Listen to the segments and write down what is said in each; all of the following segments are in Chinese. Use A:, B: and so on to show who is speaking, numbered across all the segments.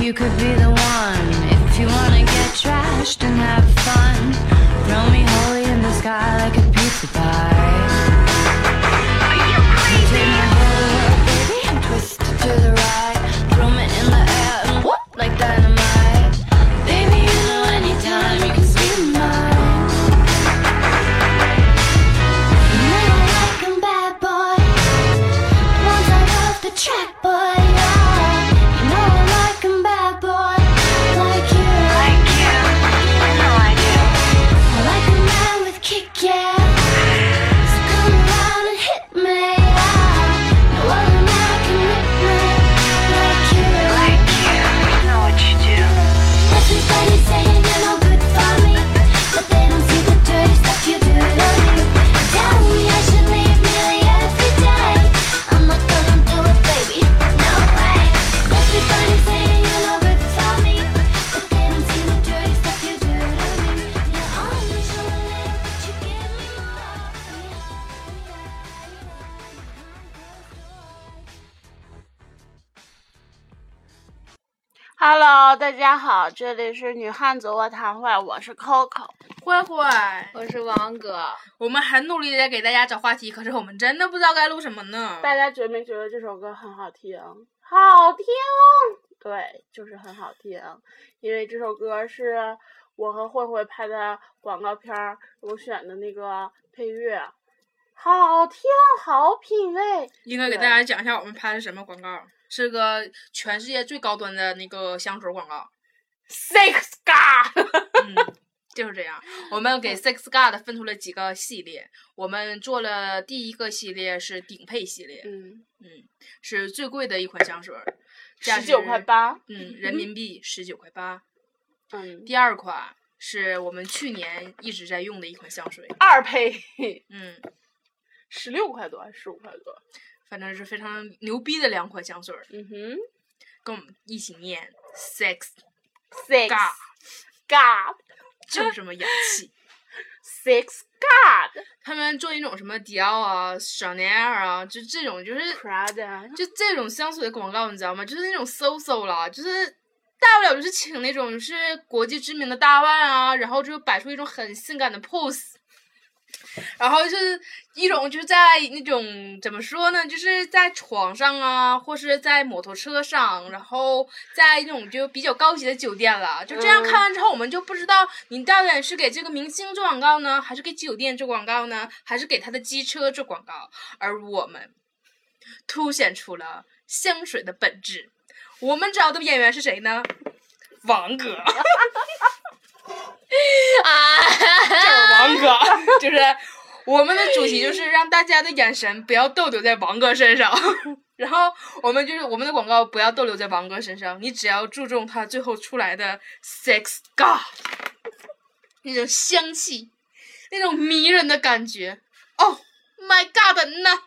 A: You could be the one if you wanna get trashed and have fun. Throw me holy in the sky like a pizza pie. You take my whole world, baby, and twist it to the right. Throw me in the air and whoop like dynamite. Baby, you know anytime you can be mine. You know I like 'em bad, boy. The ones I love, the track, boy. Yeah. You know I like 'em bad, boy. Like you. Like you. I know I do. I like a man with kick, yeah. So come around and hit me. Yeah. No other man can hit me. Like you. Like you. I know what you do. Everybody's saying you're no good for me. But they don't see the dirty stuff you do to me. Tell me I should leave nearly every day. I'm not gonna do it, baby. No way. Everybody's saying you're no good for me. But they don't see the dirty stuff you do to me. You're only showing love, but you give me more.
B: Hello，大家好，这里是女汉子卧谈会，我是 Coco。
C: 坏坏，
D: 我是王哥，
C: 我们很努力的给大家找话题，可是我们真的不知道该录什么呢。
B: 大家觉没觉得这首歌很好听？好听，对，就是很好听，因为这首歌是我和慧慧拍的广告片儿，我选的那个配乐，好听，好品味。
C: 应该给大家讲一下我们拍的什么广告，是个全世界最高端的那个香水广告。
B: Six God，
C: 嗯， 就是这样。我 们给 Six God 分出了几个系列，我们做了第一个系列是顶配系列，
B: 嗯，
C: 嗯，是最贵的一款香水，价
B: 十九
C: 值
B: 块，八，
C: 嗯，人民币十九块八。
B: 嗯，
C: 第二款是我们去年一直在用的一款香水，
B: 二配
C: 嗯，
B: 十六块多，十五块多。
C: 反正是非常牛逼的两款香水儿，
B: 嗯哼
C: 跟我们一起念 sex
B: ，Six
C: god，
B: God。
C: 就是这么洋气。
B: Six God
C: 他们做一种什么迪奥啊、香奈儿啊，就这种就是
B: Prada，
C: 就这种香水的广告，你知道吗？就是那种馊馊啦，就是大不了就是请那种就是国际知名的大腕啊，然后就摆出一种很性感的 pose，然后就是一种就是在那种怎么说呢，就是在床上啊，或是在摩托车上，然后在一种就比较高级的酒店了。就这样看完之后，我们就不知道你到底是给这个明星做广告呢，还是给酒店做广告呢，还是给他的机车做广告，而我们。凸显出了香水的本质。我们找的演员是谁呢？王 哥，就是王哥，就是我们的主题就是让大家的眼神不要逗留在王哥身上， 然后我们就是我们的广告不要逗留在王哥身上，你只要注重他最后出来的 sex god 那种香气，那种迷人的感觉。Oh my god 呐！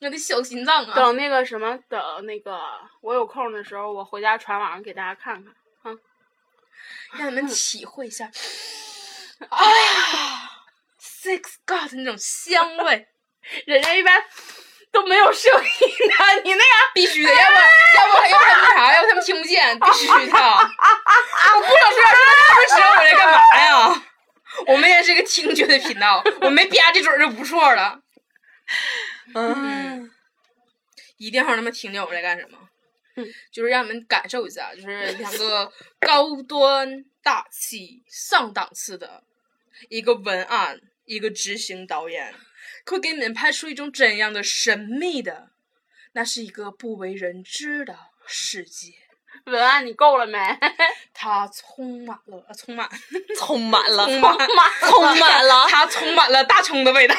C: 我的小心脏啊！
B: 等那个什么，等那个我有空的时候，我回家传网上给大家看看。嗯
C: 让你们体会一下，哎呀，Six God 那种香味，
B: 人家一般 都没有声音的，你那个
C: 必须的，要不要不要不他们啥，要不他们听不见，必须的。我不想说，他们知道我在干嘛呀？我们也是一个听觉的频道，我没吧唧嘴儿就不错了。嗯，一定要让他们听见我在干什么，就是让你们感受一下，就是两个高端大气上档次的一个文案，一个执行导演，会给你们拍出一种怎样的神秘的，那是一个不为人知的世界，
B: 文案你够 了没？
C: 它充满了呃充满
D: 充满了，
C: 充满
D: 充满了，
C: 它充满了大葱的味道，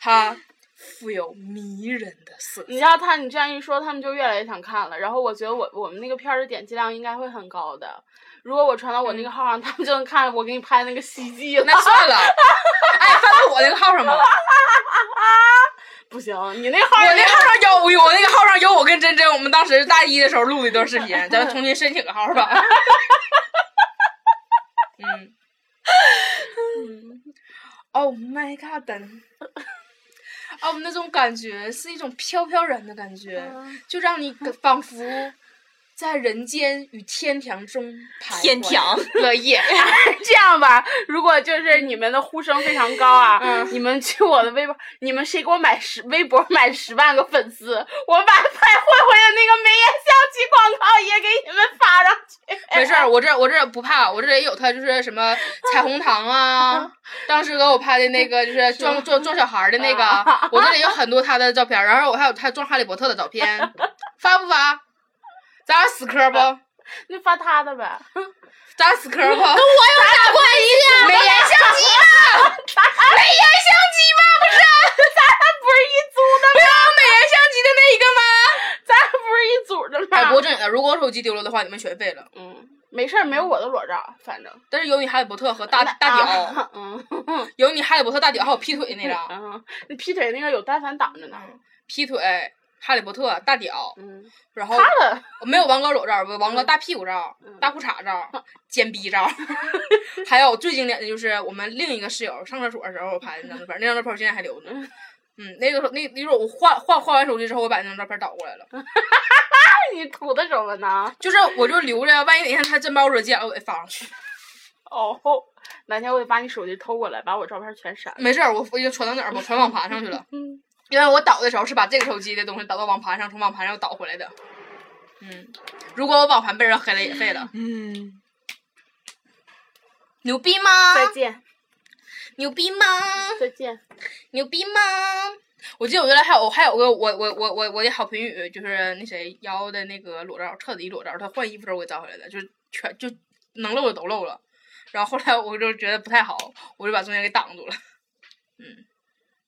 C: 它富有迷人的色 彩
B: 你知道他，你这样一说，他们就越来越想看了。然后我觉得我我们那个片儿的点击量应该会很高的。如果我传到我
D: 嗯
B: 那个号上，他们就能看我给你拍那个袭击了。
C: 那算了，哎，翻到我那个号上吧，我
B: 不行，你那号
C: 那号上有有我那个号上有我跟珍珍，我们当时大一的时候录的一段 视频，咱们重新申请个号 吧。嗯嗯，Oh my god！哦，嗯那种感觉是一种飘飘然的感觉，就让你感仿佛在人间与天堂中徘徊。
D: 天堂
C: 乐业，
B: 这样吧，如果就是你们的呼声非常高啊，
C: 嗯
B: 你们去我的微博，你们谁给我买十微博买十万个粉丝，我把蔡慧慧的那个美颜相机广告也给你们发上去。
C: 没事儿，我这我这不怕，我这也有他，就是什么彩虹糖啊， 当时给我拍的那个就是啊装装装小孩儿的那个，我这里有很多他的照片儿，然后我还有他装哈利波特的照片，发不发？咱俩死磕不？
B: 那发他的呗，
C: 咱俩死磕不？跟我有啥关系啊？美颜相机吧，美颜相机吧，不是？
B: 咱俩不是一组的
C: 不
B: 吗？
C: 要 啊美颜相机的那一个吗？
B: 咱俩不是一组的吗？
C: 哎，不过正经的，如果我手机丢了的话，你们全废了。
B: 嗯，没事儿，没有我的裸照，反正
C: 但是有你哈利波特和大大屌，
B: 啊 嗯
C: 有你哈利波特大屌，还有劈腿那张，
B: 嗯，你劈腿那个有单反挡着呢，
C: 劈腿。哈利波特大屌，
B: 嗯，
C: 然后
B: 他的
C: 没有王哥裸照，不王哥大屁股照、大裤衩照、尖逼照， 还有最经典的就是我们另一个室友上厕所的时候我拍的那张照片，那张照片我现在还留着。嗯，那个时候那那时候我换换换完手机之后，我把那张照片倒过来了，
B: 你涂的什么呢？
C: 就是我就留着，万一哪天他真把我惹急眼了，我得发上去。
B: 哦，哪天我得把你手机偷过来，把我照片全删了。
C: 没事儿，我我已经传到哪儿吧，传网盘上去了。 因为我导的时候是把这个手机的东西导到网盘上，从网盘上又导回来的。嗯，如果我网盘被人黑了也废了，
D: 嗯，
C: 牛逼吗？
B: 再见，
C: 牛逼吗？
B: 再见。
C: 牛逼吗？我记得我原来还有还有个我我我我我的好评语，就是那谁妖的那个裸照，彻底裸照，他换衣服时候我给找回来的，就是全就能露的都露了。然后后来我就觉得不太好，我就把中间给挡住了，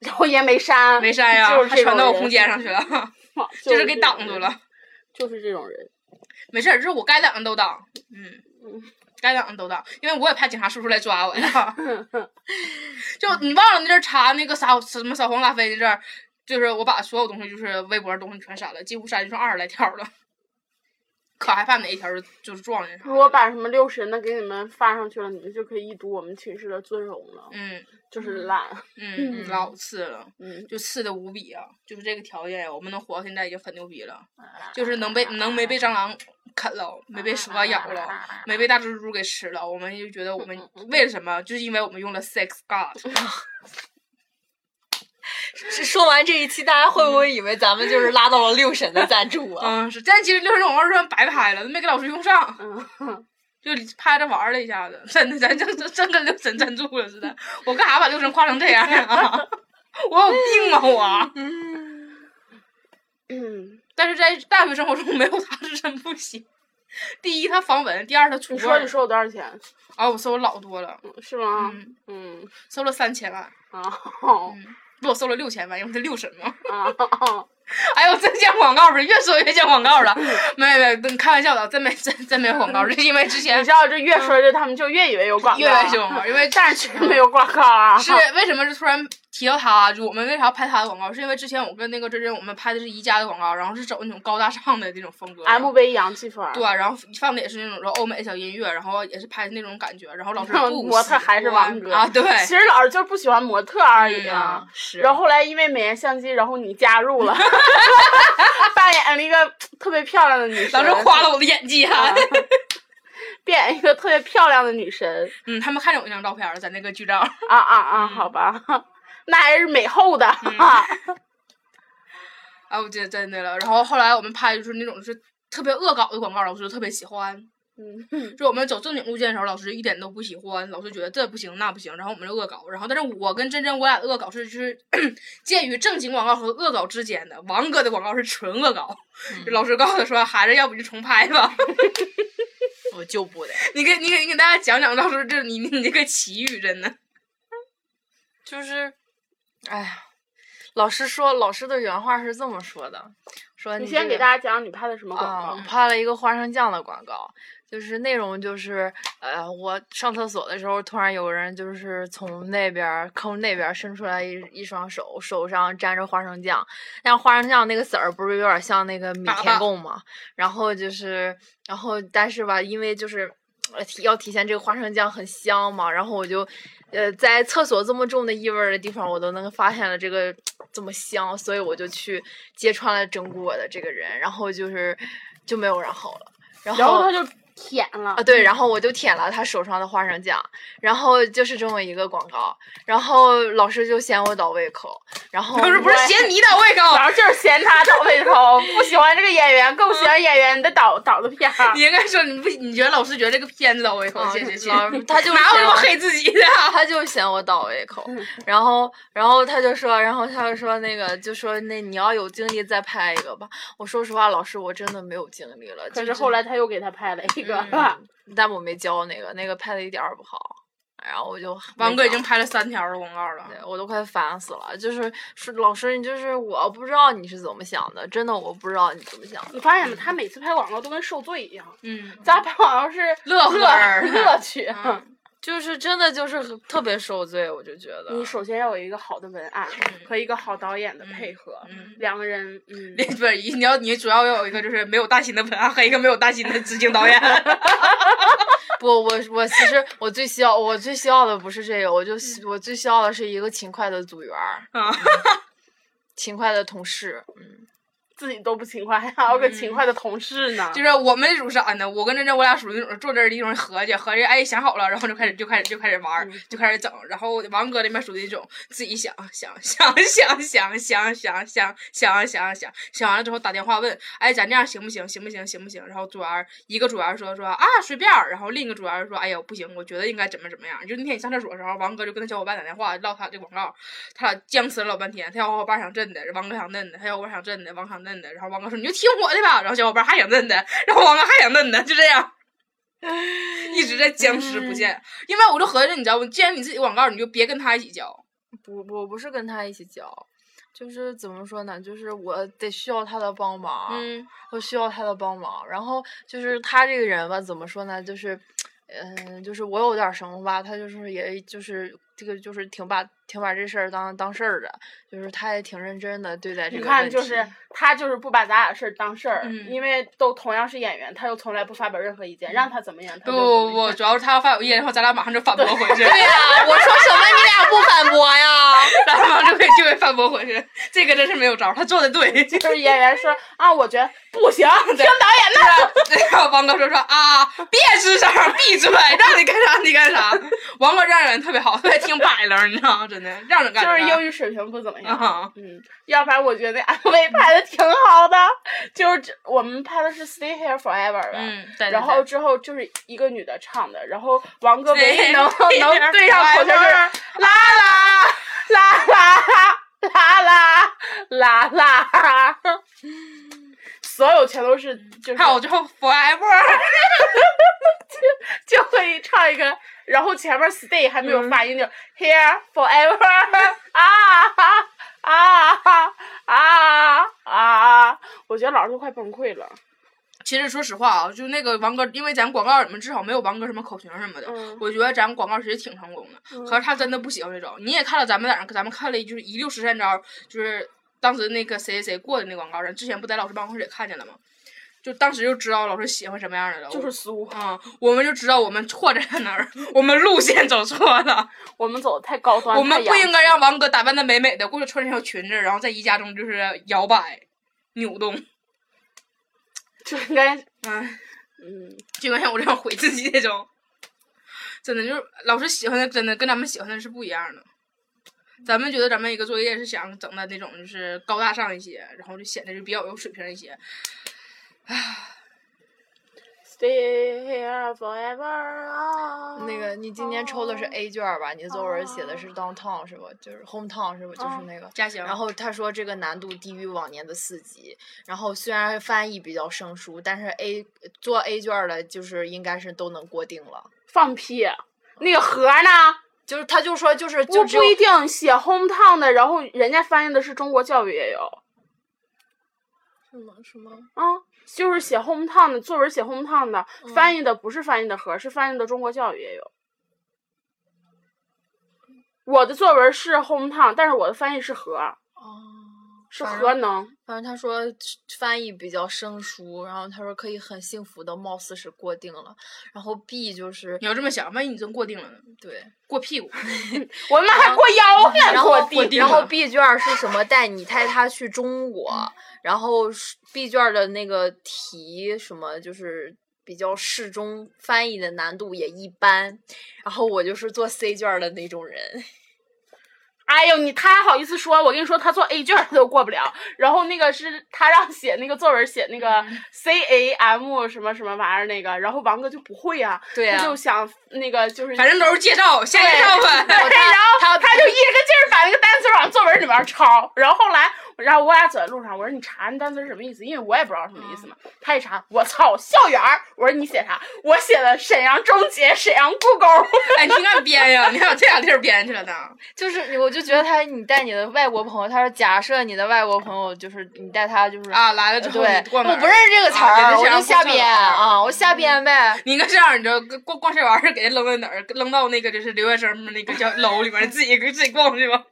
B: 然后也没删，
C: 没删 呀、
B: 就是
C: 还
B: 这种
C: 传到我
B: 人
C: 空间上去了，
B: 哇
C: 就
B: 就是是
C: 给
B: 这
C: 挡
B: 种
C: 住
B: 人
C: 了。，
B: 就是这种人。
C: 没事儿，这是我该挡的都挡，嗯，该挡的都挡，因为我也怕警察叔叔来抓我 呀。就你忘了那阵儿查那个撒什么撒黄拉菲那阵儿，就是我把所有东西就是微博上东西全删了，几乎删就剩二十来条了，可害怕哪一条就就是撞见啥。
B: 如果把什么六神的给你们发上去了，你们就可以一睹我们寝室的尊容了，
C: 嗯
B: 就是烂。
C: 嗯，老次了，
B: 嗯，
C: 就次的无比啊！就是这个条件，我们能活到现在已经很牛逼了，
B: 啊
C: 就是能被能没被蟑螂啃了，没被蛇
B: 啊
C: 咬了，没被大蜘蛛给吃了，我们就觉得 我们为了什么？就是因为我们用了 Sex God，
D: 是说完这一期，大家会不会以为咱们就是拉到了六神的 赞助啊？
C: 嗯，是。但其实六十种二算白拍了，没给老师用上，
B: 嗯，
C: 就拍着玩儿了一下子，真的，咱真真真跟六神赞助了似的。我干啥把六神夸成这样啊？ 我有病吗我？
B: 嗯，
C: 但是在大学生活中没有他是真不行。第一，他防蚊；第二，他除
B: 你
C: 味儿
B: 说你收我多少钱？
C: 啊，我搜了老多了，
B: 是吗？
C: 嗯
B: 嗯
C: 搜了三千万，
B: 啊
C: 不，我搜了六千万，因为他六神嘛。
B: 啊！
C: 哎呦，真见广告了，越说越见广告了。没有没有，跟开玩笑的，真没真真没有广告，是因为之前
B: 你知道这越说这他们就越以为有广告，
C: 嗯越来越凶了，因为但是
B: 没有广告啊。
C: 是为什么是突然提到他？就我们为啥拍他的广告？是因为之前我跟那个真真，我们拍的是宜家的广告，然后是走那种高大上的那种风格。
B: M V 洋气风，
C: 对，啊然后放的也是那种说欧美小音乐，然后也是拍那种感觉，然后老师不
B: 模特
C: 喜
B: 还是
C: 欢
B: 王哥
C: 啊，对，
B: 其实老师就是不喜欢模特而已啊。
C: 嗯是，
B: 然后后来因为美颜相机，然后你加入了， 扮演了一个特别漂亮的女神，
C: 老师夸了我的演技还、
B: 啊，扮演一个特别漂亮的女神
C: 嗯，他们看见我那张照片了，在那个剧照，
B: 啊啊啊！好吧， 那还是美后的，
C: 嗯啊，我记得真的了。然后后来我们拍就是那种就是特别恶搞的广告，老师就特别喜欢。
B: 嗯，
C: 就我们走正经路线的时候，老师一点都不喜欢，老师觉得这不行那不行，然后我们就恶搞。然后，但是我跟真真我俩的恶搞是就是 介于正经广告和恶搞之间的。王哥的广告是纯恶搞，就老师告诉他说：“孩子，要不就重拍吧。
D: 我就不得，”
C: 你给你给你给大家讲讲，到时候这你你这个奇遇真的，
B: 哦
D: 就是，哎呀，老师说，老师的原话是这么说的，说
C: 嗯
B: 你
D: 这
B: 先给
D: 个
B: 大家讲讲你拍的什么广
D: 啊
C: 哦
B: 告，，嗯
D: 拍了一个花生酱的广告，就是内容就是，呃，我上厕所的时候，突然有人就是从那边儿坑那边儿伸出来一一双手，手上沾着花生酱，但花生酱那个色儿不是有点像那个米
C: 粑粑
D: 田共嘛，然后就是，然后但是吧，因为就是。呃体要体现这个花生酱很香嘛，然后我就，呃，在厕所这么重的异味儿的地方，我都能发现了这个这么香，所以我就去揭穿了整蛊我的这个人，然后就是就没有然后了。然
B: 然后
D: 后
B: 他
C: 哦
B: 就舔了
D: 啊，，对，然后我就舔了他手上的花生酱，然后就是这么一个广告，然后老师就嫌我倒胃口，然后
C: 不是不是
B: 对
C: 嫌你倒胃口
B: 主，要就是嫌他倒胃口，不喜欢这个演员，更喜欢演员的导导的片儿
C: 嗯 你。应该说你不，你觉得老师觉得这个片子倒胃口，
D: 啊
C: 谢谢谢
D: 老师
C: 谢。
D: 他就是
C: 哪有这么
D: 嫌我
C: 黑自己的？
D: 他就嫌我倒胃口，
B: 嗯
D: 然后，然后他就说，然后他就说那个，就说那你要有精力再拍一个吧。我说实话，老师，我真的没有精力了。
B: 可
D: 就是
B: 后来他又给他拍了一个，
D: 嗯但我没教那个，那个拍的一点儿不好，然后我就
C: 王哥已经
D: 拍，
C: 拍了三条的广告了
D: 对。我都快烦死了。就是说，老师，你就是我不知道你是怎么想的，真的我不知道你怎么想
B: 你
D: 的。
B: 发现没？他每次拍广告都跟受罪一样，
C: 嗯，
B: 咱拍广告是
C: 乐呵
B: 乐
C: 儿
B: 乐趣。
C: 嗯
D: 就是真的就是很特别受罪，我就觉得。
B: 你首先要有一个好的文案
C: 嗯
B: 和一个好导演的配合，
C: 嗯
B: 两个人，嗯，
C: 不是，你要你主要要有一个就是没有大型的文案和一个没有大型的执行导 演。
D: 不，我我其实我最需要我最需要的不是这个，我就希我最需要的是一个勤快的组员儿，
C: 啊，
D: 勤快的同事。嗯，
B: 自己都不勤快，还有个勤快的同事呢。
C: 嗯就是我们属啥呢？我跟珍珍，我俩属于那种坐这儿的一种合计，合计哎想好了，然后就开始就开始就开始玩儿，就开始整。然后王哥那边属于一种自己想想想 想想想想想想想想想完了之后打电话问，哎咱这样行不行？行不行？行不行？然后组员儿一个组员儿说说啊随便儿，然后另一个组员儿说哎呀不行，我觉得应该怎么怎么样。就那天你上厕所的时候，王哥就跟他小伙伴打电话唠他这广告，他俩僵持了老半天，他小伙伴想震的，王哥想震的，他小伙伴想震的，王想震的，然后王哥说你就听我的吧，然后小伙伴还想震的，然后王哥还想震的，就这样，一直在僵持不见。哎因为我就合计，你知道吗？既然你自己广告，你就别跟他一起交。
D: 不，我不是跟他一起教，就是怎么说呢？就是我得需要他的帮忙，
C: 嗯
D: 我需要他的帮忙。然后就是他这个人吧，怎么说呢？就是，嗯、就是我有点儿什么吧，他就是也就是这个就是挺把挺把这事儿当当事儿的，就是他也挺认真的对待这
B: 你
D: 个问
B: 看，
D: 题。
B: 就是他就是不把咱俩事儿当事儿，
C: 嗯
B: 因为都同样是演员，他又从来不发表任何意见，让他怎么样他
C: 不
B: 就怎么
C: 不
B: 样。
C: 不，主要是他要发表意见的话，咱俩马上就反驳回去，
D: 对呀、我说什么你俩不反驳呀？
C: 咱俩马上就可以就会反驳回去。这个真是没有招儿，他做的 对。
B: 就是演员说啊，我觉得不行，听导演的。
C: 啊然后王哥说说啊，别吱声，闭嘴，让你干啥你干啥。王哥这样人特别好，特别听摆楞，你知道吗？真的，让人干
B: 就是
C: 啥
B: 英语水平不怎么样。
C: 啊
B: 嗯，要不然我觉得 MV 拍的挺好的，就是这我们拍的是《Stay Here Forever》吧。
C: 嗯，对对
B: 然后之后就是一个女的唱的，然后王哥唯一
C: Stay
B: 能
C: here
B: 能对上口就是
C: forever
B: 啦啦啦啦啦啦啦啦，所有全都是就是
C: 还有之后 forever，
B: 就会唱一个，然后前面 stay 还没
C: 嗯
B: 有发音，就 here forever 啊哈啊哈啊啊！我觉得老师都快崩溃了。
C: 其实说实话啊，就那个王哥，因为咱广告里面至少没有王哥什么口型什么的，
B: 嗯
C: 我觉得咱广告其实挺成功的。可是他真的不喜欢这种，你也看了咱们在那，咱们看了就是一溜十三招，就是当时那个谁谁谁过的那广告，咱之前不在老师办公室也看见了吗？就当时就知道老师喜欢什么样的了，
B: 就是苏，
C: 啊、我们就知道我们错在哪儿，我们路线走错 了，
B: 我们走的太高端，
C: 我们
B: 太
C: 不
B: 洋
C: 应该让王哥打扮的美美的，过去穿着条裙子，然后在宜家中就是摇摆扭动，
B: 就应该
C: 哎，
B: 嗯，
C: 就应该像我这样毁自己那种，真的就是老师喜欢的，真的跟咱们喜欢的是不一样的。咱们觉得咱们一个作业是想整的那种，就是高大上一些，然后就显得就比较有水平一些。
B: stay here forever 啊。
D: 那个，你今年抽的
B: 哦
D: 是 A 卷儿吧？你作文写的是 downtown 是吧？就是 hometown 是吧？就是
B: 哦
D: 那个。
C: 嘉行，
D: 然后他说这个难度低于往年的四级。然后虽然翻译比较生疏，但是 A 做 A 卷儿的，就是应该是都能过定了。
B: 放屁。啊那个盒呢？
D: 就是他就说就是
B: 不
D: 就只有
B: 不一定写 hometown 的，然后人家翻译的是中国教育也有。
D: 是吗？是吗？
B: 啊，就是写 hometown 的作文，写 hometown 的、翻译的不是翻译的
D: 嗯
B: 和，是翻译的中国教育也有。我的作文是 hometown，但是我的翻译是和，
D: 哦。
B: 是
D: 反
B: 核
D: 正
B: 能。
D: 反正他说翻译比较生疏，然后他说可以很幸福的，貌似是过定了。然后 B 就是
C: 你要这么想，万一你真过定了呢？
D: 对，
C: 过屁股，
B: 我他妈还过腰呢，
D: 然
B: 我
D: 后
B: 弟弟
D: 然后
B: 呢
D: B 卷儿是什么？带你带他去嗯中国，然后是 B 卷儿的那个题什么就是比较适中，翻译的难度也一般，然后我就是做 C 卷儿的那种人。
B: 哎呦，你他还好意思说？我跟你说，他做 A 卷儿他都过不了。然后那个是他让写那个作文，写那个 C A M 什么什么玩意儿那个，然后王哥就不会呀、
D: 对呀
B: 他就想那个就是，
C: 反正都是介绍，下介绍
B: 对，
C: 吧。
B: 然后
D: 他
B: 他就一个劲儿把那个单词往作文里面抄。然后后来，然后我俩走在路上，我说你查那单词什么意思？因为我也不知道什么意思嘛。他一查，我操，校园儿。我说你写啥？我写的沈阳中街、沈阳故宫。
C: 哎，你挺敢编呀，你还往这俩地儿编去了呢。
D: 就是，我就觉得他，你带你的外国朋友，他说假设你的外国朋友就是你带他就是，
C: 啊，来了之后
D: 对
C: 你，过门
D: 我
C: 儿
D: 不认识这个词
C: 啊
D: 儿，
C: 人家
D: 我
C: 想
D: 就瞎
C: 不上
D: 编
C: 了
D: 啊，我瞎编呗。
C: 你应该这样，你知道，逛逛这玩意儿，给人扔在哪儿？扔到那个就是留学生们那个叫楼里面，自己自己逛去吧。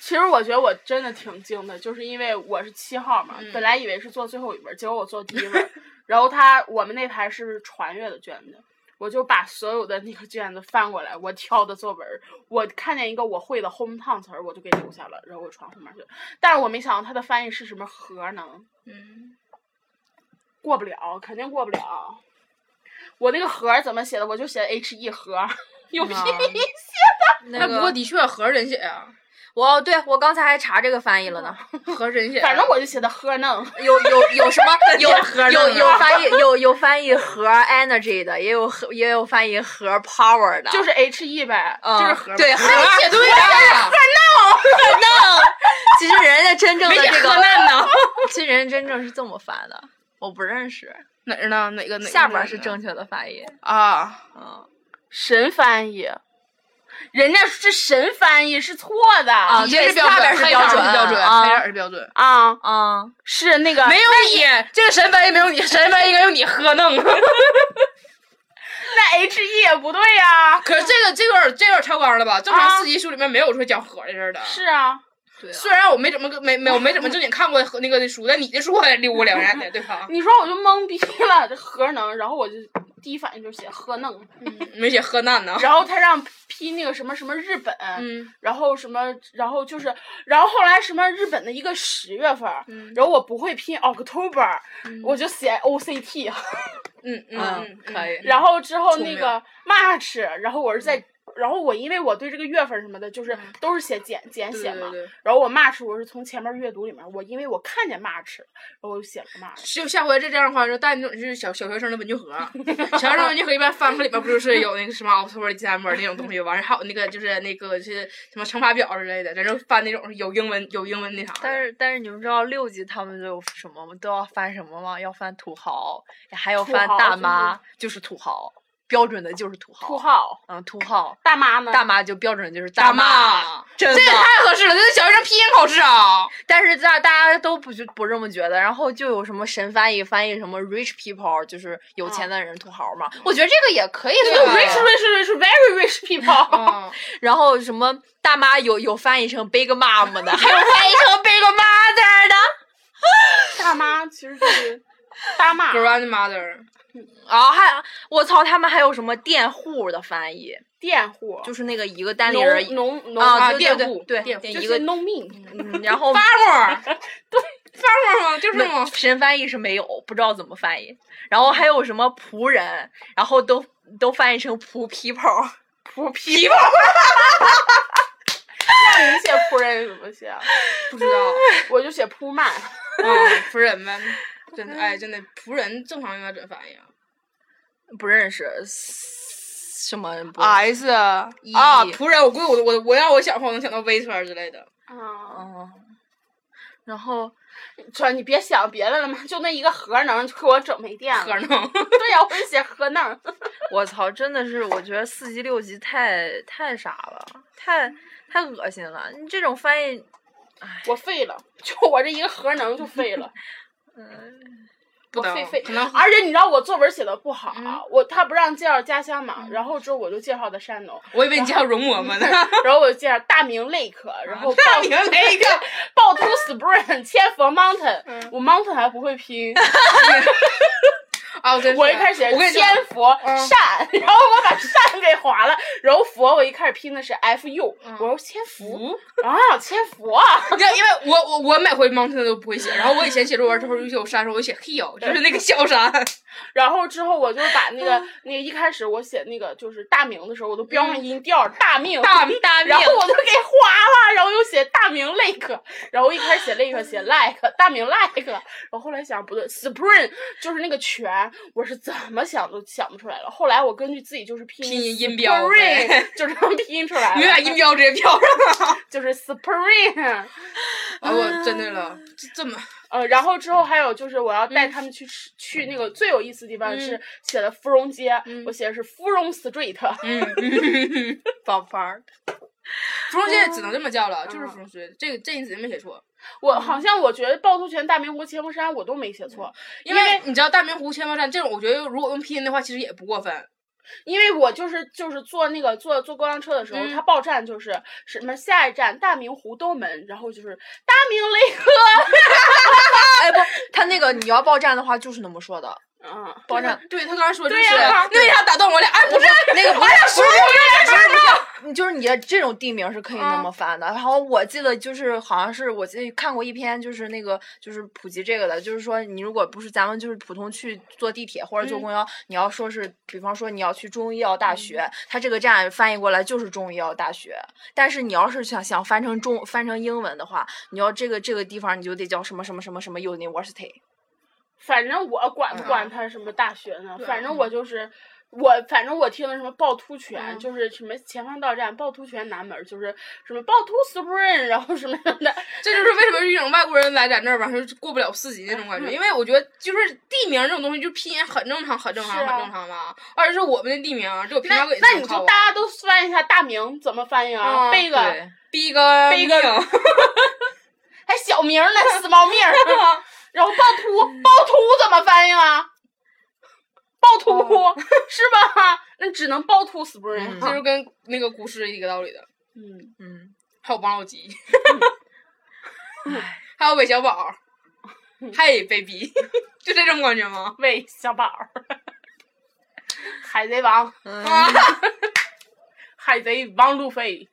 B: 其实我觉得我真的挺精的，就是因为我是七号嘛，
C: 嗯
B: 本来以为是坐最后一本，结果我坐第一本。然后他我们那排是传阅的卷子，我就把所有的那个卷子翻过来，我挑的作文儿，我看见一个我会的 hometown 词儿，我就给留下了，然后我传后面去了。但是我没想到它的翻译是什么核能，
C: 嗯，
B: 过不了，肯定过不了。我那个核儿怎么写的？我就写 H E 核， 有
C: 啊
B: 屁！
D: 那
C: 那不过的确合人写啊，
D: 我对我刚才还查这个翻译了呢，
C: 合人写啊。
B: 反正我就写的 E 核能。
D: 有有 有什么有
C: 喝
D: 有
C: 了
D: 有 翻译有有翻译核 energy 的，也有核也有翻译核 power 的，
B: 就是 H E 呗，
D: 嗯
B: 就是核嘛。
D: 对核
C: 写哎对了，
D: no，其实人家真正
C: 没
D: 的
C: 写
D: 这
C: 河
D: 个，
C: 南呢。
D: 其实人家真正是这么翻的，我不认识，
C: 哪儿呢？哪个哪个？
D: 下边是正确的翻译，
C: 啊，
D: 嗯。
B: 神翻译，人家这神翻译是错的
D: 啊
B: 啊
C: 一是
D: 对
C: 标
D: 下
C: 准，
D: 边是
C: 黑
D: 标
C: 色
D: 准
C: 是标准，
D: 啊
C: 黑色是标准。
D: 啊、嗯，
B: 是那个
C: 没有你这个神翻译没有你，神翻译应该用你喝弄。
B: 那 H E 也不对呀、
C: 可是这个这个有点这个有点超纲了吧？正常
B: 啊
C: 四级书里面没有说讲盒的事儿的。
B: 是啊，
D: 对、
C: 虽然我没怎么没没我没怎么正经看过和那个书，但你的书我也溜过两眼的，对吧？
B: 你说我就懵逼了，这核能，然后我就第一反应就是写核能，
C: 没写河南呢。
B: 然后他让批那个什么什么日本，
C: 嗯，
B: 然后什么，然后就是，然后后来什么日本的一个十月份，
C: 嗯
B: 然后我不会拼 October，、我就写 O C T，
C: 嗯嗯
D: 嗯，可
C: 以。
D: 以，
B: 然后之后那
C: 明嗯
B: 个 March，然后我是在，然后我因为我对这个月份什么的，就是都是写简简
C: 对
B: 写
C: 对
B: 嘛。
C: 对，
B: 然后我 March 我是从前面阅读里面，我因为我看见 March，然后我就写了 March。
C: 就下回再这样的话，就带那种就是小小学生的文具盒，小学生文具盒一般翻开里面不就是有那个什么 October、December 那种东西，完事儿还有那个就是那个就是什么乘法表之类的，咱就翻那种有英文有英文那啥的。
D: 但是但是你们知道六级他们都有什么吗？都要翻什么吗？要翻土豪，还要
B: 土
D: 翻
B: 豪
D: 大
B: 就是
D: 妈，就是土豪，标准的就是土豪。
B: 土豪
D: 嗯，土豪，
B: 大妈呢？
D: 大妈就标准就是
C: 大
D: 妈
C: 妈，
D: 真的
C: 这。也太合适了，这是小学生拼音考试啊！
D: 但是大大家都不觉不这么觉得，然后就有什么神翻译翻译什么 rich people，就是有钱的人土豪嘛。我觉得这个也可以
B: 就
D: 算吧
B: rich rich rich very rich people。
C: 嗯，
D: 然后什么大妈有有翻译成 big mom 的，还有翻译成 big mother 的。
B: 大妈其实就是大妈
C: g。r a n d mother，
D: 然后啊还我操，他们还有什么佃户的翻译，
B: 佃户，
D: 就是那个一个单立人
B: 农农农
D: 啊，
C: 农
D: 对对
C: 佃户
D: 对
C: 佃户
D: 对，
B: 就
D: 一
B: 是
D: 个
B: no mean。
D: 嗯，然后
C: farmer，对，farmer 嘛，就是
D: 没
C: 嘛，
D: 神翻译是没有，不知道怎么翻译。然后还有什么仆人，然后都都翻译成仆 people，
B: 仆 people。那你写仆人怎么写啊？
C: 不知道，
B: 我就写铺满。
C: 嗯，仆人呗，真的，哎，真的，仆人正常应该怎么翻译啊
D: 不认识什么不，E
C: ？S 啊，仆人，我估计我我我要我想的话，我能想到 waiter 之类的。
B: 啊，
D: 嗯，然后
B: 说你别想别的了嘛，就那一个核能就给我整没电
C: 可
B: 了。
C: 能，
B: 对呀、我是写核能。
D: 我操，真的是我觉得四级六级太太啥了，太太恶心了。你这种翻译，
B: 我废了，就我这一个核能就废 了，
C: 不
B: 我
C: 能
B: 废废
C: 可嗯能。
B: 而且你知道我作文写的不好，啊
C: 嗯
B: 我他不让介绍家乡嘛，然后之后我就介绍的山东，
C: 我以为你叫容嬷嬷呢，
B: 然后我就介绍大明 lake，然后
C: 大
B: 趵
C: 明 lake
B: 趵突
C: 嗯
B: spring 千佛 mountain，、我 mountain 还不会拼，
C: 啊，我跟你
B: 我一
C: 说
B: 开始
C: 我跟你说
B: 先佛
C: 嗯
B: 善，然后我把善给划了，然后佛我一开始拼的是 F U，我说千福
C: 嗯福，
B: 啊，千佛啊，
C: 你知道，因为我我我每回 mountain 都不会写，然后我以前写作文的时候，尤其我山的时候，我写 hill，就是那个小山。
B: 然后之后我就把那
C: 嗯
B: 个那个一开始我写那个就是大名的时候，我都标上音调，大命
C: 大大命
B: 然后我就给划了，然后又写大名 lake，然后一开始写 lake 写 like 大名 like，然后后来想不对，spring 就是那个泉，我是怎么想都想不出来了。后来我根据自己就是拼
C: 拼音音
B: spring，
C: 标呗
B: 就这样拼出 来
C: 你们
B: 了，
C: 把音标直接飘上了。
B: 就是 spring。
C: 哎，我真的了，这这么
B: 呃，然后之后还有就是我要带
C: 嗯
B: 他们去吃、去那个最有意思的地方是写的芙蓉街，
C: 嗯
B: 我写的是芙蓉 street，、
C: 嗯，
D: 宝牌儿，
C: 芙蓉街只能这么叫了，就是
B: 嗯
C: 芙蓉街。这个这你指定没写错，嗯
B: 我好像我觉得趵突泉、大明湖、千佛山我都没写错，
C: 因
B: 因
C: 为你知道大明湖、千佛山这种，我觉得如果用拼音的话，其实也不过分。
B: 因为我就是就是坐那个坐坐公交车的时候，
C: 嗯
B: 它报站就是什么下一站大明湖东门，然后就是大明雷河，
D: 哎不，他那个你要报站的话就是那么说的，
B: 嗯，
D: 报站。
C: 对他刚才说的就
B: 对
C: 是，
B: 呀
C: 那为啥打断我俩？哎，不是
D: 那个不是，不是，不是，不是，就是你这种地名是可以那么翻的。然后我记得就是好像是我记得看过一篇，就是那个就是普及这个的，就是说你如果不是咱们就是普通去坐地铁或者坐公交，你要说是，比方说你要去中医药大学，它这个站翻译过来就是中医药大学。但是你要是想想翻成中翻成英文的话，你要这个这个地方你就得叫什么什么什么什么 university。
B: 反正我管不管
C: 嗯
B: 它什么大学呢，
C: 对
B: 反正我就是。我反正我听的什么趵突泉，
C: 嗯
B: 就是什么前方到站趵突泉南门，就是什么趵突 spring，然后什么什么的，
C: 这就是为什么这种外国人来咱这儿完事儿就过不了四级那种感觉，因为我觉得就是地名这种东西，就拼音很正常，很正常，
B: 是啊
C: 很正常吧。而且是我们的地名，这我平
B: 那
C: 常给
B: 那你
C: 参考
B: 就
C: 啊
B: 大家都翻一下大名怎么翻译啊？
C: 嗯
B: 背个
D: 对，
C: 逼个
B: 背个
C: 命
B: 还小名呢，死猫 命儿。然后趵突， 趵突怎么翻译啊？趵突、 是吧？那只能趵突 spring
D: 嗯
C: 这
B: 啊。
C: 就跟那个古诗一个道理的。
B: 嗯，
D: 嗯，
C: 还有王老吉， 还有韦小宝，嘿，baby，就这种感觉吗？
B: 喂，小宝儿，海贼王，
C: 啊，
B: 海贼王路飞。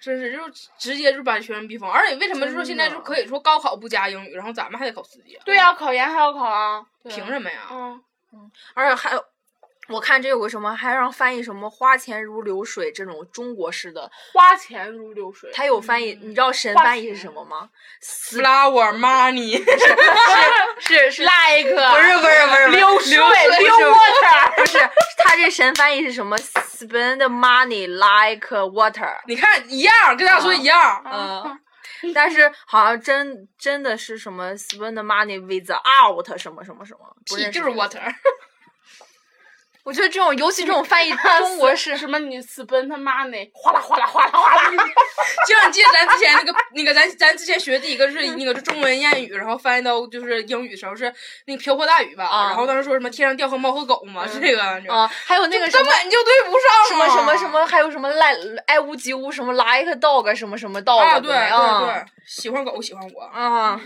C: 真是就直接就把学生逼疯，而且为什么就说现在就可以说高考不加英语，然后咱们还得考四级啊？
B: 对呀、考研还要考啊。
C: 凭什么呀？
B: 嗯，
D: 而且还有，我看这有个什么，还让翻译什么“花钱如流水”这种中国式的，
B: 花钱如流水。
D: 它有翻译。你知道“神”
B: 花
D: 翻译是
B: 钱
D: 什么吗？
C: flower money，
D: 是是
B: like
D: 不是不是不是 不是
B: 流水
D: 流水
B: 流
D: 不是
B: water。
D: 不是，它这“神”翻译是什么？Spend money like water。
C: 你看一样，跟大家说一样。
D: 嗯，但是好像真真的是什么 spend money without 什么什么什么，不
C: 屁
D: 认识
C: 就
D: 这
C: 是
D: 个
C: water，
D: 我觉得这种，尤其这种翻译中国式，
B: 什么？你 spend money，哗啦哗啦哗啦哗啦。
C: 就像你记得咱之前那个那个咱咱之前学的第一个是
D: 嗯
C: 那个就中文谚语，然后翻译到就是英语的时候是那个瓢泼大雨吧，
D: 啊
C: 然后当时说什么天上掉和猫和狗嘛，是这个感觉。
D: 啊、还有那个什
C: 根
D: 么。
C: 本就对不
D: 什
C: 上
D: 么
C: 嘛
D: 什么什么，还有什么赖爱屋及乌，什么 like dog，什么什么 dog，
C: 啊！对
D: 没
C: 对对
D: 啊，
C: 喜欢狗喜欢我，
D: 啊，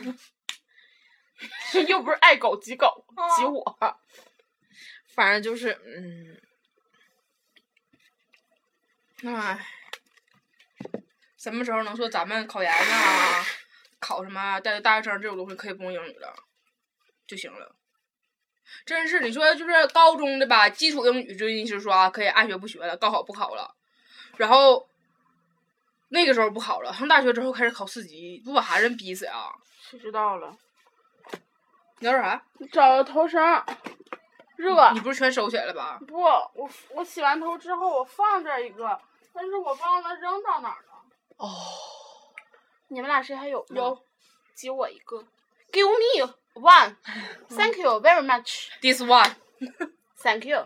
B: 又不是爱狗及狗及我。
D: 反正就是嗯，
C: 唉，什么时候能说咱们考研啊，考什么带大学生这种东西可以不用英语了就行了？真是你说就是高中的吧，基础英语最近是说啊可以爱学不学了，高考不考了，然后那个时候不考了，上大学之后开始考四级，不把孩子逼死啊！
B: 谁知道了？
C: 你要说啥？
B: 找个头绳儿，热。
C: 你不是全收起来了吧？
B: 不，我我洗完头之后我放这儿一个，但是我忘了扔到哪儿了。哦，你们俩谁还有吗？有，给我一个。Give me one. Thank you very much.
C: This one,
B: Thank you.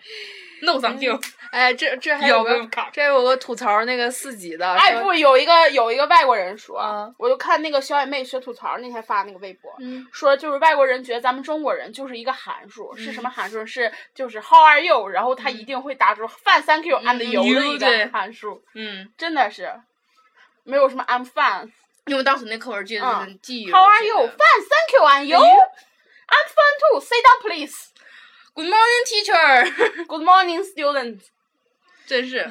C: no something，
D: 哎，这这还
C: 要
D: 有
C: 不要
D: 个
C: 卡？
D: 这有个吐槽那个四级的，
B: 哎，
D: 说
B: 不，有一个有一个外国人说，
D: 嗯
B: 我就看那个小野妹学吐槽那天发那个微博，
C: 嗯
B: 说就是外国人觉得咱们中国人就是一个函数，是什么函数？是就是 How are you？然后他一定会答出 Fine, thank you and
C: 嗯
B: 嗯 you 的一
C: you，对
B: 个函数，
C: 嗯，
B: 真的是没有什么 I'm fine。
C: 因为当时那课文记得
B: 嗯
C: 真记忆犹
B: How are
C: 新
B: you?
C: 的
B: 哎 Fine, thank you and you. I'm fine too, sit down please.
C: Good morning, teacher。
B: Good morning, students.
C: 真是，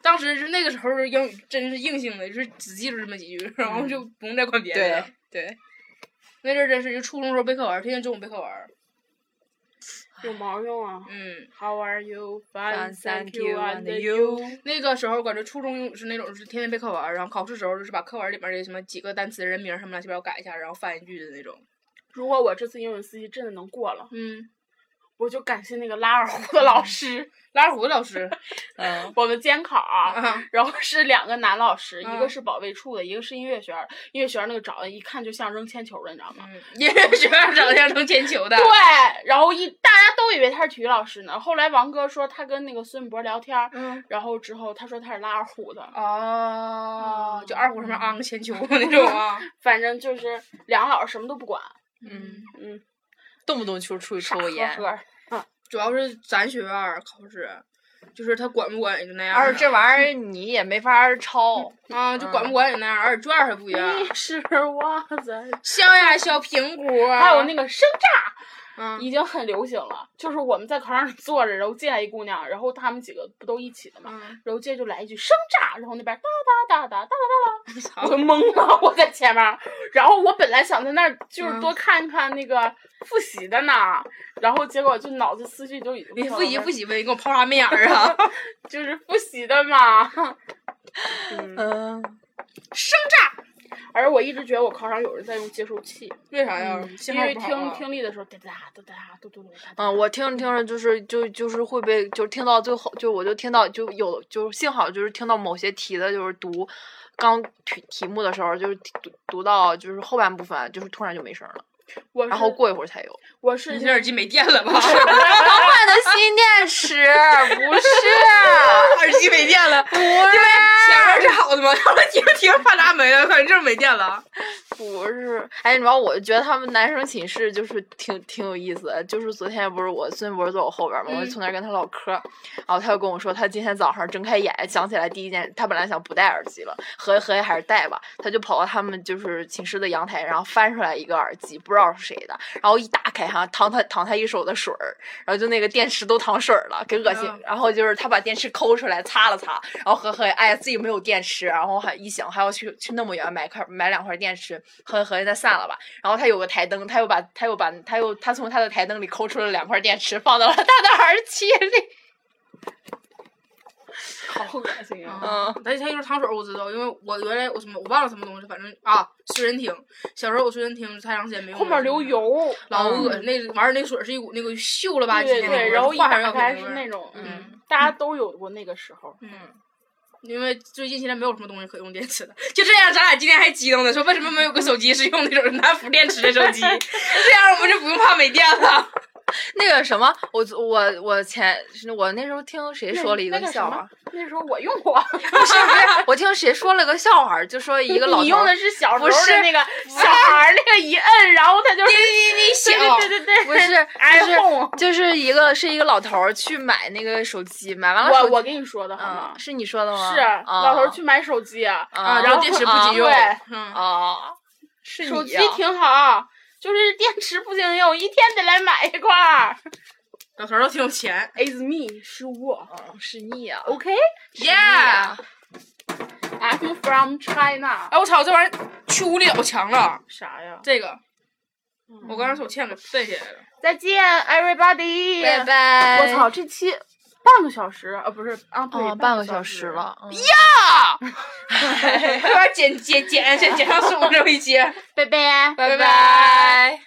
C: 当时是那个时候是英语真是硬性的，就是只记住这么几
B: 嗯
C: 句，然后就不用再管别人了。
D: 对，
C: 那阵儿真是，就初中时候背课文，天天中午背课文。
B: 有毛用啊
C: 嗯，
B: ？How are you?
D: Fine, thank you, and you.
B: you.
C: 那个时候感觉初中是那种是天天背课文，然后考试时候就是把课文里面的什么几个单词、人名什么乱七八糟改一下，然后翻一句的那种。
B: 如果我这次英语四级真的能过了，
C: 嗯，
B: 我就感谢那个拉二胡的老师。
C: 拉二胡老师，
D: 嗯，
B: 我们监考啊、
C: 啊
B: 然后是两个男老师，一
C: 嗯
B: 个是保卫处的，一个是音乐学院。音乐学院那个长得一看就像扔铅球的，你知道吗？
C: 嗯音乐学院长相成铅球的。
B: 对，然后一大家都以为他是体育老师呢。后来王哥说他跟那个孙博聊天儿，
C: 嗯。
B: 然后之后他说他是拉二胡的，
C: 哦，
B: 嗯
C: 就二胡上面昂个 铅球那种啊。
B: 反正就是两个老师什么都不管，
C: 嗯，
B: 嗯，
D: 动不动就出去
B: 傻
D: 抽
B: 呵
D: 个烟。
B: 呵。
C: 主要是咱学院儿考试，就是他管不管也就那样。
D: 而且这玩意儿你也没法儿抄，
C: 啊，就管不管也那样，而且卷儿还不一样，
B: 你是哇塞，
C: 削呀削苹果啊，
B: 还有那个生炸。
C: 嗯
B: 已经很流行了。就是我们在考场里坐着，然后进来一姑娘，然后她们几个不都一起的嘛，
C: 嗯，
B: 然后接着就来一句生炸，然后那边哒哒哒哒哒哒哒，
C: 操
B: 我就懵了，我在前面儿，然后我本来想在那儿就是
C: 嗯
B: 多看看那个复习的呢，然后结果就脑子思绪就已经
C: 你
B: 飘
C: 复
B: 到
C: 习
B: 那儿
C: 复习呗，你给我抛啥媚眼儿啊？
B: 就是复习的嘛，嗯，
D: 嗯，
C: 生炸？
B: 而我一直觉得我考场有人在用接收器，
C: 为啥呀？信
B: 因
C: 号
B: 为
C: 不好
B: 听
C: 啊
B: 听力的时候哒哒哒哒嘟嘟嘟哒哒，
D: 嗯，我听着听着就是就就是会被就是听到最后，就我就听到就有就是幸好就是听到某些题的就是读刚题题目的时候，就是读读到就是后半部分，就是突然就没声儿了，
B: 我
D: 然后
B: 是
D: 过一会儿才有。
B: 我是
C: 你这耳机没电了吧？
D: 刚换的新电池，不是，
C: 耳机没电了。
D: 不是，
C: 前面是好的吗？后来听着听着啪嚓没了，感觉这没电了。
D: 不是。哎，你知道，我觉得他们男生寝室就是挺挺有意思的。就是昨天不是我孙博坐我后边儿嘛，我
C: 嗯
D: 就从那儿跟他唠嗑儿，然后他就跟我说，他今天早上睁开眼想起来第一件，他本来想不戴耳机了，合计合计还是戴吧，他就跑到他们就是寝室的阳台，然后翻出来一个耳机，不知道是谁的，然后一打开哈，淌他淌他一手的水儿，然后就那个电池都淌水儿了，给恶心
C: 嗯。
D: 然后就是他把电池抠出来擦了擦，然后呵呵，哎呀自己没有电池，然后还一想还要去去那么远买块买两块电池，呵呵，那散了吧。然后他有个台灯，他又把他又把他又他从他的台灯里抠出了两块电池，放到了他的耳机里。
B: 好恶心啊！
D: 嗯，
C: 但是它就是糖水儿，我知道，因为我原来我什么我忘了什么东西，反正啊，随身听。小时候我随身听太长时间没用
B: 后
C: 了，
B: 面
D: 嗯
B: 流油，嗯
C: 老恶心，那玩意儿那水儿是一股那个锈
D: 啊
C: 了吧唧
B: 对
C: 的那
B: 对，
C: 种，
B: 然后一
C: 化学
B: 打
C: 药品
B: 开
C: 味
B: 是
C: 儿
B: 那种，
C: 嗯，
B: 大家都有过那个时候。
C: 嗯，因为最近现在没有什么东西可用电池的，就这样，咱俩今天还激动呢，说为什么没有个手机是用那种南孚电池的手 机，
B: 啊
C: 这样我们就不用怕没电了。
D: 那个什么，我我我前我那时候听谁
B: 那
D: 说了一个
B: 那
D: 笑啊
B: 什
D: 话
B: 么
D: 儿，？
B: 那时候我用过，
D: 不是不是，我听谁说了个笑话儿，就说 一个老
B: 你
D: 头
B: 用
D: 儿
B: 的是小时候
D: 不是
B: 的那个小孩儿那个一摁，然后它就
C: 滴
B: 是
C: 滴滴
B: 对
C: 响，
B: 对对对对，啊
D: 不是，
B: iPhone
D: 就是就是一个是一个老头儿去买那个手机，买完了手
B: 我
D: 机
B: 我跟你说的好吗
D: 嗯，？是你说的吗？
B: 是老头儿
D: 啊
B: 去买手机，啊，
D: 啊
B: 然后
C: 嗯电池不及用
B: 啊，
C: 嗯，
D: 啊，是
B: 对
D: 你
B: 手机
D: 呀
B: 挺好。就是电池不经用，一天得来买一块儿。
C: 老头儿都挺有钱
B: Is me，是我。
D: 嗯是你呀、
B: OK，I'm、啊
C: ，Yeah！
B: from China。
C: 哎，我操，这玩意儿去无力老强了，
B: 哦啥呀？
C: 这个。
B: 嗯
C: 我刚才手欠给背起来了，
B: 再见，everybody。
D: 拜拜。
B: 我操，这期半个小时啊，不是啊，对，
D: 嗯，半个小时。了。嗯
C: 快点剪剪剪剪剪上手这一节，
B: 拜拜，
C: 拜拜